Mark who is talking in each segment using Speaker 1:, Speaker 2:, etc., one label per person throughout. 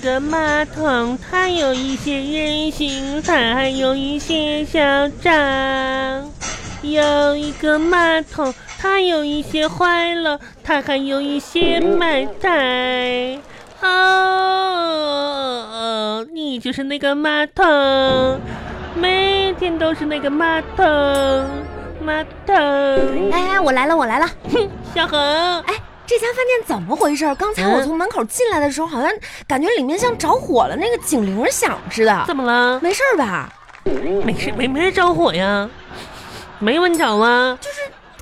Speaker 1: 的马桶，它有一些圆形，它还有一些小长。有一个马桶，它有一些坏了，它还有一些埋汰。哦哦，你就是那个马桶，每天都是那个马桶，马桶。
Speaker 2: 哎哎，我来了，我来了！
Speaker 1: 哼，小恒，
Speaker 2: 哎，这家饭店怎么回事？刚
Speaker 1: 嗯
Speaker 2: 才我从门口进来的时候，好像感觉里面像着火了，那个警铃响似的。
Speaker 1: 怎么了？
Speaker 2: 没事儿吧？
Speaker 1: 没事，没没人着火呀，没闻着啊。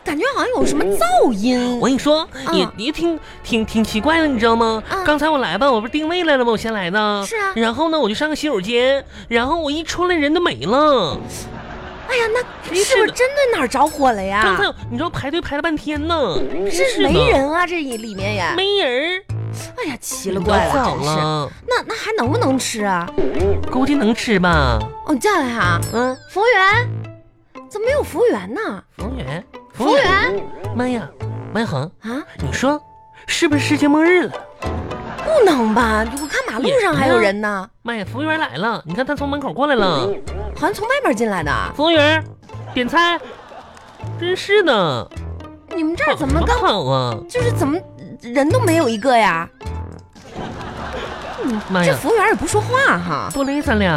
Speaker 2: 感觉好像有什么噪音
Speaker 1: 我。跟你说，你
Speaker 2: 嗯
Speaker 1: 你挺挺挺奇怪的，你知道吗？
Speaker 2: 嗯
Speaker 1: 刚才我来吧，我不是定位来了吗？我先来的。
Speaker 2: 是啊
Speaker 1: 然后呢，我就上个洗手间，然后我一出来人都没了。
Speaker 2: 哎呀，那是不
Speaker 1: 是
Speaker 2: 是
Speaker 1: 的
Speaker 2: 真的哪儿着火了呀？
Speaker 1: 刚才你知道排队排了半天呢，
Speaker 2: 啊是
Speaker 1: 的
Speaker 2: 没，人啊，这里面也。
Speaker 1: 没人儿，
Speaker 2: 哎呀，奇了怪
Speaker 1: 都
Speaker 2: 了，
Speaker 1: 早
Speaker 2: 真是。
Speaker 1: 了，
Speaker 2: 那那还能不能吃啊？
Speaker 1: 估计能吃吧？
Speaker 2: 哦，叫一下啊，
Speaker 1: 嗯，
Speaker 2: 服务员，怎么没有服务员呢？
Speaker 1: 服务员，
Speaker 2: 服务，员
Speaker 1: 妈呀，麦恒，
Speaker 2: 啊，
Speaker 1: 你说是不是世界末日了？
Speaker 2: 不能吧？我看马路上还有人呢，
Speaker 1: 妈呀，服务员来了，你看他从门口过来了。
Speaker 2: 好像从外边进来的。
Speaker 1: 服务员，点菜，真是的，
Speaker 2: 你们这
Speaker 1: 哦
Speaker 2: 儿怎么刚
Speaker 1: 好好啊？
Speaker 2: 就是怎么人都没有一个呀？
Speaker 1: 妈哎
Speaker 2: 这
Speaker 1: 呀，
Speaker 2: 服务员也不说话哈。
Speaker 1: 不勒咱俩！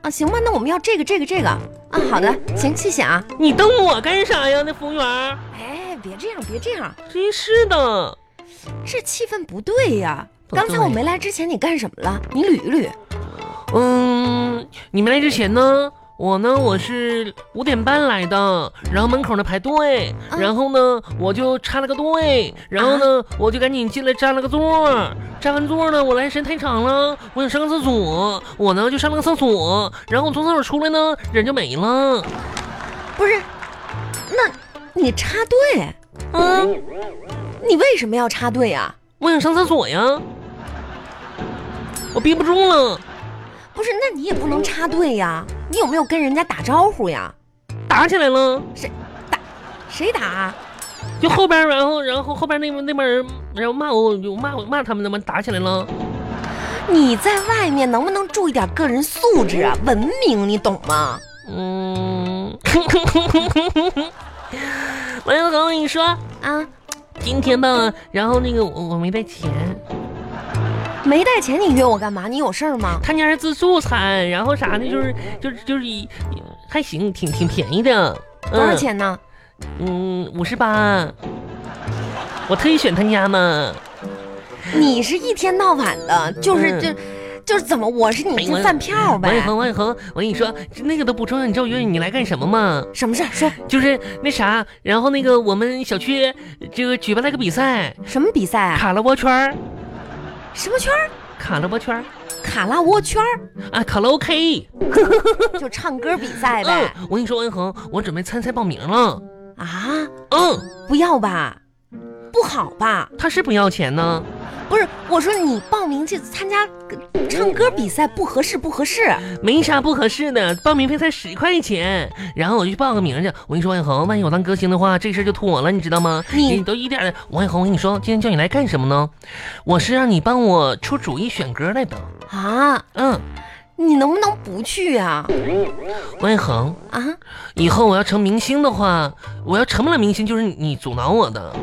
Speaker 2: 啊，行吧，那我们要这个这个这个啊，好的，行，谢谢啊。
Speaker 1: 你瞪我干啥呀？那服务员，
Speaker 2: 哎，别这样，别这样，
Speaker 1: 真是的，
Speaker 2: 这气氛不对呀。
Speaker 1: 不对
Speaker 2: 刚才我没来之前，你干什么了？你捋一捋。
Speaker 1: 嗯，你没来之前呢，我呢我是五点半来的，然后门口呢排队，
Speaker 2: 啊
Speaker 1: 然后呢我就插了个队，然后呢我就赶紧进来占了个座儿，占完座儿呢我来时间太长了，我想上个厕所，我呢就上了个厕所，然后我从厕所出来呢人就没了，
Speaker 2: 不是，那你插队，
Speaker 1: 嗯，
Speaker 2: 你为什么要插队啊呀、
Speaker 1: 我想上厕所呀，我憋不住了，
Speaker 2: 不是，那你也不能插队呀。你有没有跟人家打招呼呀？
Speaker 1: 打起来了。
Speaker 2: 谁打啊？
Speaker 1: 就后边儿，然后然后后边儿那边那边儿人，然后骂我，就骂我骂他们，他们打起来了。
Speaker 2: 你在外面能不能注意点个人素质啊？文明，你懂吗？
Speaker 1: 嗯， 王小狗，你说
Speaker 2: 啊，
Speaker 1: 今天吧，然后那个我我没带钱，
Speaker 2: 没带钱你约我干嘛？你有事儿吗？
Speaker 1: 他家是自助餐，然后啥的，就是就是就是一还行，挺挺便宜的。
Speaker 2: 多少？钱呢？
Speaker 1: 嗯，五十八。我特意选他家嘛，
Speaker 2: 你是一天到晚的，就是
Speaker 1: 嗯
Speaker 2: 就就是怎么？我是你
Speaker 1: 哎
Speaker 2: 这
Speaker 1: 我
Speaker 2: 饭票
Speaker 1: 王一
Speaker 2: 呗？
Speaker 1: 恒，王一恒，我跟你说，那个都不重要，你知道我约你来干什么吗？
Speaker 2: 什么事儿？说
Speaker 1: 就是那啥，然后那个我们小区这个举办了个比赛，
Speaker 2: 什么比赛啊？
Speaker 1: 卡拉窝圈儿，
Speaker 2: 什么圈儿？
Speaker 1: 卡拉窝圈儿
Speaker 2: 卡拉窝圈儿，
Speaker 1: 啊，卡拉 OK。
Speaker 2: 就唱歌比赛
Speaker 1: 嗯
Speaker 2: 呗？，
Speaker 1: 我跟你说，文恒，我准备参赛报名了。
Speaker 2: 啊，
Speaker 1: 嗯，
Speaker 2: 不要吧，不好吧？
Speaker 1: 他是不要钱呢。
Speaker 2: 不是，我说你报名去参加呃唱歌比赛不合适，不合适。
Speaker 1: 没啥不合适的，报名费才十块钱，然后我就去报个名去。我跟你说，王一恒，万一我当歌星的话，这事儿就妥了，你知道吗？
Speaker 2: 你
Speaker 1: 都一点儿，王一恒，我跟你说，今天叫你来干什么呢？我是让你帮我出主意选歌来的。
Speaker 2: 啊，
Speaker 1: 嗯，
Speaker 2: 你能不能不去啊？
Speaker 1: 王一恒，
Speaker 2: 啊，
Speaker 1: 以后我要成明星的话，我要成不了明星，就是你你阻挠我的。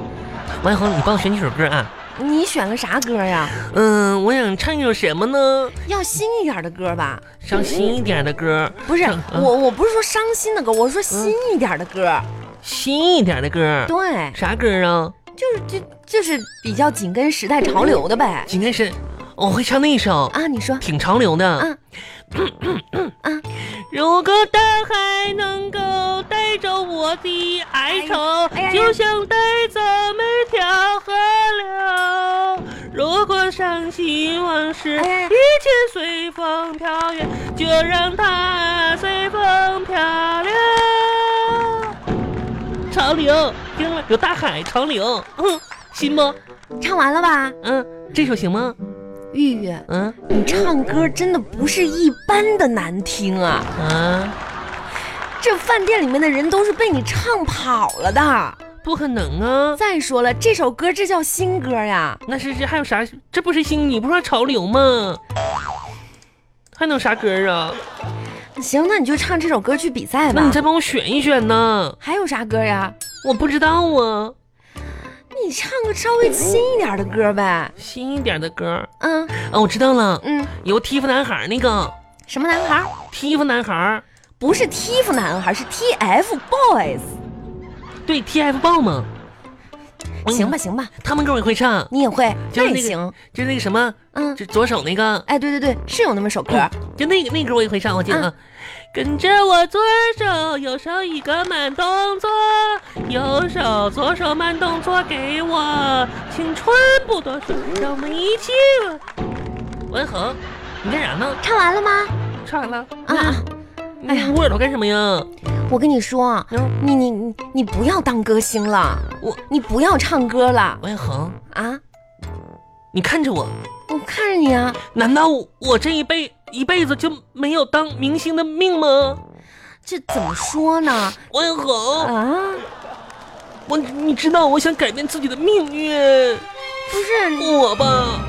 Speaker 1: 王一恒，你帮我选几首歌啊？
Speaker 2: 你选了啥歌呀？
Speaker 1: 嗯，我想唱一首什么呢？
Speaker 2: 要新一点的歌吧？
Speaker 1: 伤心一点的歌，
Speaker 2: 不是
Speaker 1: 唱，
Speaker 2: 我
Speaker 1: 嗯
Speaker 2: 我不是说伤心的歌，我说新一点的歌。
Speaker 1: 新一点的歌，
Speaker 2: 对，
Speaker 1: 啥歌啊？
Speaker 2: 就是就就是比较紧跟时代潮流的呗。
Speaker 1: 今天是，哦我会唱那首，
Speaker 2: 啊，你说
Speaker 1: 挺潮流的。
Speaker 2: 嗯嗯
Speaker 1: 如果大海能够带走我的哀愁，
Speaker 2: 哎呀哎呀
Speaker 1: 就像带走每条河流。如果伤心往事、
Speaker 2: 哎呀
Speaker 1: 一切随风飘远，就让它随风漂流。潮流，听了有大海潮流，嗯，新不？
Speaker 2: 唱完了吧？
Speaker 1: 嗯，这首行吗？
Speaker 2: 玉玉，
Speaker 1: 嗯
Speaker 2: 你唱歌真的不是一般的难听啊！
Speaker 1: 啊。
Speaker 2: 这饭店里面的人都是被你唱跑了的。
Speaker 1: 不可能啊！
Speaker 2: 再说了，这首歌这叫新歌呀，
Speaker 1: 那是这还有啥？这不是新，你不说潮流吗？还能啥歌啊？
Speaker 2: 行，那你就唱这首歌去比赛
Speaker 1: 那你
Speaker 2: 吧。
Speaker 1: 再帮我选一选呢？
Speaker 2: 还有啥歌呀？
Speaker 1: 我不知道啊，
Speaker 2: 你唱个稍微新一点的歌呗。
Speaker 1: 新一点的歌。
Speaker 2: 嗯
Speaker 1: 哦，我知道了，
Speaker 2: 嗯，
Speaker 1: 有个 TF 男孩那个
Speaker 2: 什么男孩？
Speaker 1: TF 男孩，
Speaker 2: 不是 TF 男孩，是 TF Boys。
Speaker 1: 对 TF 豹嘛。
Speaker 2: 行吧
Speaker 1: 嗯，
Speaker 2: 行吧，
Speaker 1: 他们歌我也会唱，
Speaker 2: 你也会，
Speaker 1: 就是
Speaker 2: 那也
Speaker 1: 那个
Speaker 2: 行。
Speaker 1: 就是那个什么，
Speaker 2: 嗯，
Speaker 1: 就嗯左手那个，
Speaker 2: 哎，对对对，是有那么首歌。
Speaker 1: 就那个那歌我也会唱，我记得。跟着我左手右手一个慢动作，右手左手慢动作给我，青春不多说，让我们一起玩。文恒，你干啥呢？
Speaker 2: 唱完了吗？
Speaker 1: 唱完了？
Speaker 2: 啊啊！
Speaker 1: 你
Speaker 2: 哎呀
Speaker 1: 捂耳朵干什么呀？
Speaker 2: 我跟你说，
Speaker 1: 嗯
Speaker 2: 你你你你不要当歌星了，
Speaker 1: 我
Speaker 2: 你不要唱歌了
Speaker 1: 文恒，
Speaker 2: 啊！
Speaker 1: 你看着我，
Speaker 2: 我看着你啊，
Speaker 1: 难道我这一辈一辈子就没有当明星的命吗？
Speaker 2: 这怎么说呢？
Speaker 1: 文恒，
Speaker 2: 啊，
Speaker 1: 我你知道我想改变自己的命运。
Speaker 2: 不是，
Speaker 1: 我吧，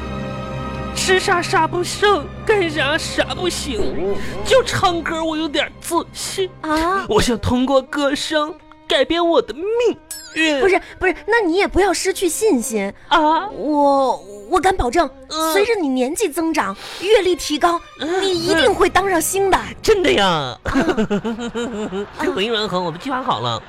Speaker 1: 吃啥啥不剩，干啥啥不行，就唱歌我有点自信。
Speaker 2: 啊，
Speaker 1: 我想通过歌声改变我的命运。
Speaker 2: 不是不是，那你也不要失去信心。
Speaker 1: 啊，
Speaker 2: 我我敢保证，
Speaker 1: 嗯
Speaker 2: 随着你年纪增长、阅历提高，
Speaker 1: 嗯
Speaker 2: 你一定会当上星的。
Speaker 1: 真的 呀！我一文恒，我都计划好了。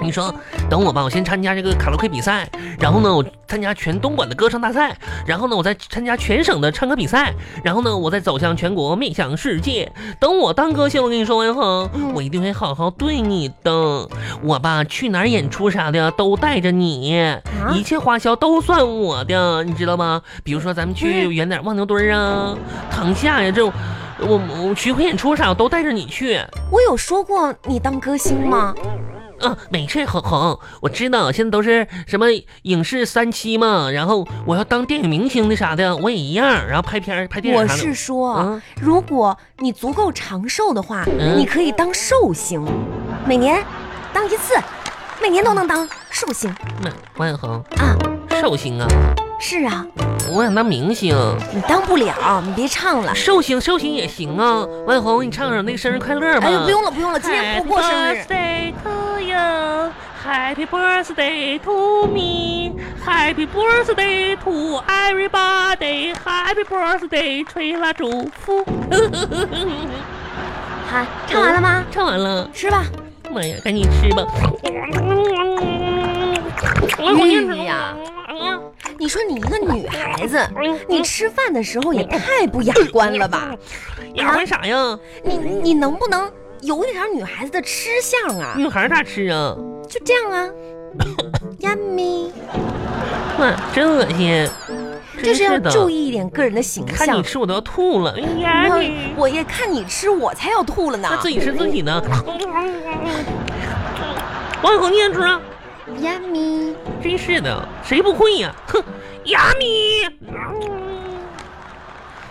Speaker 1: 你说等我吧，我先参加这个卡拉 OK 比赛，然
Speaker 2: 嗯
Speaker 1: 后呢，我参加全东莞的歌唱大赛，然后呢，我再参加全省的唱歌比赛，然后呢，我再走向全国，面向世界。等我当歌星，我跟你说，文恒，
Speaker 2: 嗯
Speaker 1: 我一定会好好对你的。我吧，去哪儿演出啥的都带着你，
Speaker 2: 啊
Speaker 1: 一切花销都算我的，你知道吗？比如说咱们去
Speaker 2: 嗯
Speaker 1: 远点儿望牛墩儿啊、塘下呀、这种，我我巡回演出啥我都带着你去。
Speaker 2: 我有说过你当歌星吗？
Speaker 1: 嗯，没事，恒恒，我知道现在都是什么影视三期嘛，然后我要当电影明星的啥的，我也一样，然后拍片儿、拍电
Speaker 2: 我
Speaker 1: 影啥的。
Speaker 2: 是说，
Speaker 1: 啊，
Speaker 2: 如果你足够长寿的话，
Speaker 1: 嗯
Speaker 2: 你可以当寿星，每年当一次，每年都能当寿星
Speaker 1: 那万恒，
Speaker 2: 啊。
Speaker 1: 寿星啊，
Speaker 2: 是啊，
Speaker 1: 我想当明星，
Speaker 2: 你当不了，你别唱了。
Speaker 1: 寿星寿星也行啊。万恒，你唱首那个生日快乐吧。
Speaker 2: 哎呦，不用了，不用了，今天
Speaker 1: Happy
Speaker 2: 不过生日。
Speaker 1: birthday to you, Happy birthday to me, Happy birthday to everybody, Happy birthday，吹蜡烛，祝福。
Speaker 2: 好，唱完了吗？
Speaker 1: 唱完了，
Speaker 2: 吃吧。
Speaker 1: 妈呀，赶紧吃吧。
Speaker 2: 哎呀你说你一个女孩子，
Speaker 1: 嗯
Speaker 2: 你吃饭的时候也太不雅观了吧？
Speaker 1: 呀，玩啥呀？
Speaker 2: 你你能不能有一点女孩子的吃相啊？
Speaker 1: 女孩咋吃啊？
Speaker 2: 就这样 啊，yummy，
Speaker 1: 妈，真恶心！
Speaker 2: 就
Speaker 1: 真
Speaker 2: 是要
Speaker 1: 的，
Speaker 2: 注意一点个人的形
Speaker 1: 看
Speaker 2: 象
Speaker 1: 你。吃我都要吐了。哎呀，
Speaker 2: 我
Speaker 1: 你
Speaker 2: 我也看你吃，我才要吐了呢
Speaker 1: 那。自己吃自己呢。王永恒念出啊，
Speaker 2: yummy，
Speaker 1: 真是的，谁不会呀？哼，呀咪，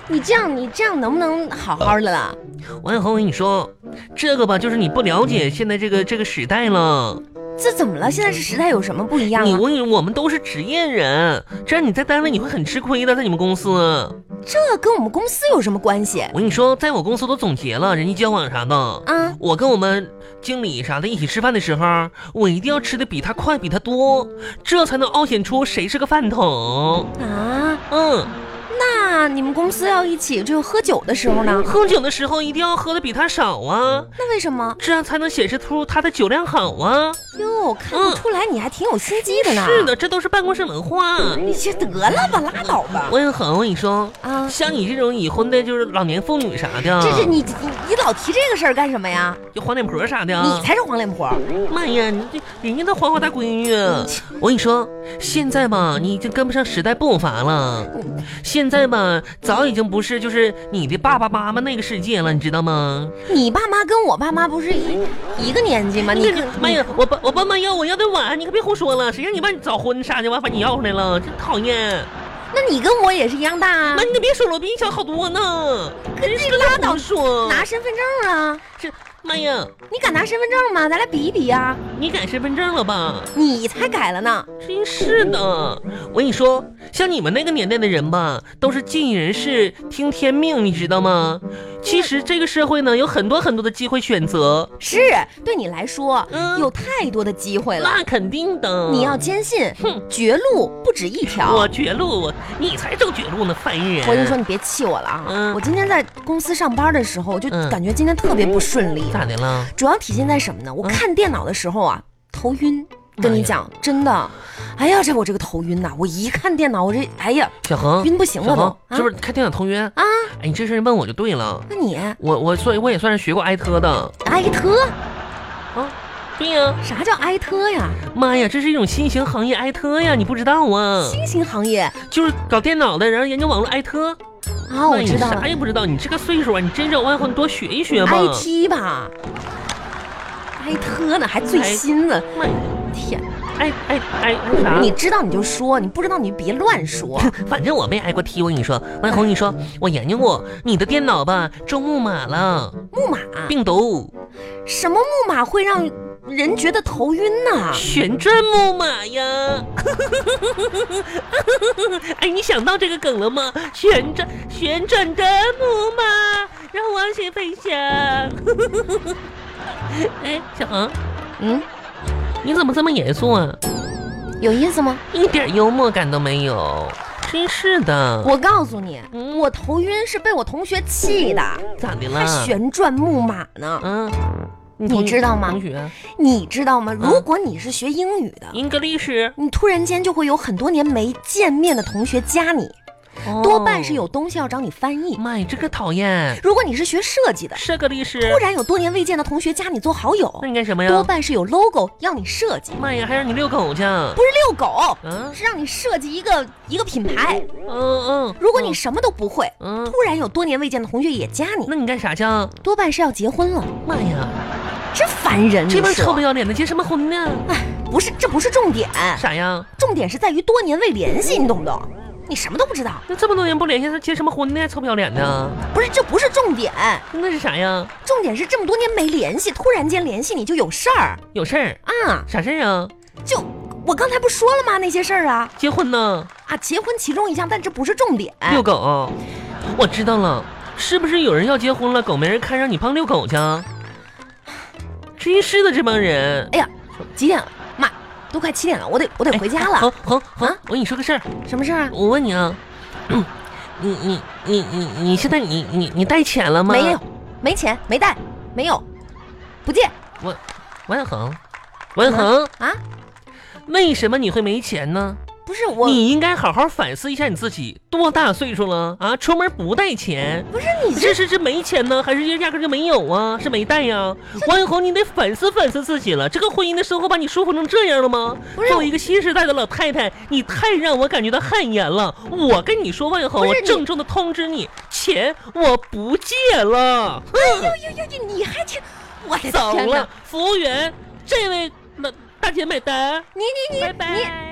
Speaker 2: 你这样你这样能不能好好的了？
Speaker 1: 王永恒，我跟你说，这个吧，就是你不了解现在这个这个时代了。
Speaker 2: 这怎么了？现在这时代有什么不一样
Speaker 1: 你
Speaker 2: 啊？
Speaker 1: 我跟你说我们都是职业人，这样你在单位你会很吃亏的，在你们公司。
Speaker 2: 这跟我们公司有什么关系
Speaker 1: 我跟你说，在我公司都总结了人际交往啥的。
Speaker 2: 啊？
Speaker 1: 我跟我们经理啥的一起吃饭的时候，我一定要吃的比他快，比他多，这才能凹显出谁是个饭桶。
Speaker 2: 啊，
Speaker 1: 嗯，
Speaker 2: 那你们公司要一起就喝酒的时候呢？
Speaker 1: 喝酒的时候一定要喝的比他少啊，
Speaker 2: 那为什么？
Speaker 1: 这样才能显示出他的酒量好啊。
Speaker 2: 哟，看不出来你还挺有心机的呢。
Speaker 1: 是，的，这都是办公室文化。
Speaker 2: 你这得了吧，拉倒吧。
Speaker 1: 我也很，我跟你说，
Speaker 2: 啊，
Speaker 1: 像你这种已婚的，就是老年妇女啥的，
Speaker 2: 这是你你你老提这个事儿干什么呀？
Speaker 1: 就黄脸婆啥的，
Speaker 2: 你才是黄脸婆。
Speaker 1: 妈呀，你这人家那黄花大闺女，我跟你说，现在吧，你已经跟不上时代步伐了。现在吧，早已经不是就是你的爸爸妈妈那个世界了，你知道吗？
Speaker 2: 你爸妈跟我爸妈不是一一个年纪吗？你
Speaker 1: 这个妈呀，我爸我爸妈要我要的晚，你可别胡说了，谁让你爸你早婚啥的，完把你要回来了，真讨厌。
Speaker 2: 那你跟我也是一样大啊
Speaker 1: 妈，，你可别说了，我比你小好多呢，真是拉倒说，
Speaker 2: 拿身份证啊。
Speaker 1: 这妈呀，
Speaker 2: 你敢拿身份证吗？咱俩比一比呀、
Speaker 1: 你改身份证了吧？
Speaker 2: 你才改了呢！
Speaker 1: 真是的，我跟你说，像你们那个年代的人吧，都是尽人事听天命，你知道吗？其实这个社会呢，有很多很多的机会选择，
Speaker 2: 是对你来说、
Speaker 1: 嗯
Speaker 2: 有太多的机会了，
Speaker 1: 那肯定的。
Speaker 2: 你要坚信，绝路不止一条。
Speaker 1: 我绝路，我你才走绝路呢，烦人！
Speaker 2: 我跟你说，，你别气我了啊！
Speaker 1: 嗯
Speaker 2: 我今天在公司上班的时候，就
Speaker 1: 嗯
Speaker 2: 感觉今天特别不顺利，
Speaker 1: 咋的了？
Speaker 2: 主要体现在什么呢？我看电脑的时候啊，头晕。跟
Speaker 1: 妈嗯哎
Speaker 2: 你
Speaker 1: 呀
Speaker 2: 讲，真的，哎呀，这我这个头晕呐！我一看电脑，我这哎呀，
Speaker 1: 小恒，
Speaker 2: 晕不行了
Speaker 1: 小
Speaker 2: 都
Speaker 1: 恒，
Speaker 2: 啊
Speaker 1: 是不是开电脑同约？
Speaker 2: 啊，
Speaker 1: 哎，你这事儿问我就对了。
Speaker 2: 那你
Speaker 1: 我我所以我也算是学过艾特的。
Speaker 2: 艾特
Speaker 1: 对呀、
Speaker 2: 啥叫艾特呀？
Speaker 1: 妈呀，这是一种新型行业艾特呀，你不知道啊？
Speaker 2: 新兴行业
Speaker 1: 就是搞电脑的，然后研究网络艾特。
Speaker 2: 啊，我
Speaker 1: 那你
Speaker 2: 知道了
Speaker 1: 啥也哎不知道，你这个岁数啊，你真正往后你多学一学吧。
Speaker 2: ，IT 吧，艾特呢还最新的，
Speaker 1: 妈呀
Speaker 2: 天，哎
Speaker 1: 挨挨挨挨啥？
Speaker 2: 你知道你就说，你不知道你就别 乱说。
Speaker 1: 反正我没挨过踢，我跟你说，万红，你说我研究过你的电脑吧，中木马了，
Speaker 2: 木马，
Speaker 1: 病毒，
Speaker 2: 什么木马会让人觉得头晕呢？
Speaker 1: 旋转木马呀。 哎，你想到这个梗了吗？旋转旋转的木马，让我先飞翔。 哎，小恒，
Speaker 2: 嗯，
Speaker 1: 你怎么这么严肃啊？
Speaker 2: 有意思吗？
Speaker 1: 一点幽默感都没有，真是的。
Speaker 2: 我告诉你，
Speaker 1: 嗯
Speaker 2: 我头晕是被我同学气的，
Speaker 1: 咋的
Speaker 2: 还
Speaker 1: 了？
Speaker 2: 旋转木马呢。
Speaker 1: 嗯，你
Speaker 2: 你
Speaker 1: 同
Speaker 2: 知道吗
Speaker 1: 同学
Speaker 2: 你知道
Speaker 1: 嗯
Speaker 2: 吗？如果你是学英语的，
Speaker 1: ，English
Speaker 2: 你突然间就会有很多年没见面的同学加你，多半是。有东西要找你翻
Speaker 1: 哦
Speaker 2: 译。
Speaker 1: 妈呀，这个讨厌！
Speaker 2: 如果你是学设计的，
Speaker 1: 这个历史，
Speaker 2: 突然有多年未见的同学加你做好友
Speaker 1: 那，你干什么
Speaker 2: 多
Speaker 1: 呀？
Speaker 2: 半是有 logo 要你设计，
Speaker 1: 妈呀，还让你遛狗去？啊
Speaker 2: 不是遛狗，
Speaker 1: 嗯
Speaker 2: 是让你设计一个一个品牌。
Speaker 1: 嗯嗯。
Speaker 2: 如果你什么都不会，
Speaker 1: 嗯，
Speaker 2: 突然有多年未见的同学也加你，
Speaker 1: 那你干啥去？啊
Speaker 2: 多半是要结婚了，
Speaker 1: 妈呀，
Speaker 2: 真烦人！
Speaker 1: 这帮
Speaker 2: 你说
Speaker 1: 臭不要脸的结什么婚呢？
Speaker 2: 哎不是，这不是重点，
Speaker 1: 啥呀？
Speaker 2: 重点是在于多年未联系，你懂不懂？你什么都不知道，
Speaker 1: 那这么多年不联系，他结什么婚呢？臭不要脸的，啊
Speaker 2: 不是，这不是重点，
Speaker 1: 那是啥呀？
Speaker 2: 重点是这么多年没联系，突然间联系你就有事儿
Speaker 1: 有事儿？
Speaker 2: 啊！
Speaker 1: 啥事儿啊？
Speaker 2: 就我刚才不说了吗？那些事儿啊
Speaker 1: 结婚呢？
Speaker 2: 啊，结婚其中一项，但这不是重点。
Speaker 1: 遛狗，我知道了，是不是有人要结婚了，狗没人看，让你帮遛狗去？真是的，这帮人。
Speaker 2: 哎呀，几点了？妈，都快七点了，我得我得哎回家了。
Speaker 1: 恒恒恒
Speaker 2: 啊，
Speaker 1: 我跟你说个事儿，
Speaker 2: 什么事儿啊？
Speaker 1: 我问你啊，你你你你你现在你你你带钱了吗？
Speaker 2: 没有。，没钱，没带，没有，不借
Speaker 1: 我，王小恒，王小恒，
Speaker 2: 啊？
Speaker 1: 为什么你会没钱呢？
Speaker 2: 不是我，
Speaker 1: 你应该好好反思一下你自己，多大岁数了啊？出门不带钱，
Speaker 2: 不是你这
Speaker 1: 这是是没钱呢，还是压根就没有啊？是没带呀、王永红，你得反思反思自己了。这个婚姻的生活把你舒服成这样了吗？
Speaker 2: 不是
Speaker 1: 作为一个新时代的老太太，你太让我感觉到汗颜了。我跟你说，王永红，
Speaker 2: 不
Speaker 1: 我
Speaker 2: 是你
Speaker 1: 郑重的通知你，钱我不借了，
Speaker 2: 呦呦呦，你还挺，我的
Speaker 1: 走
Speaker 2: 哎天哪
Speaker 1: 了！。服务员，这位老大姐买单，
Speaker 2: 你你你
Speaker 1: 拜拜。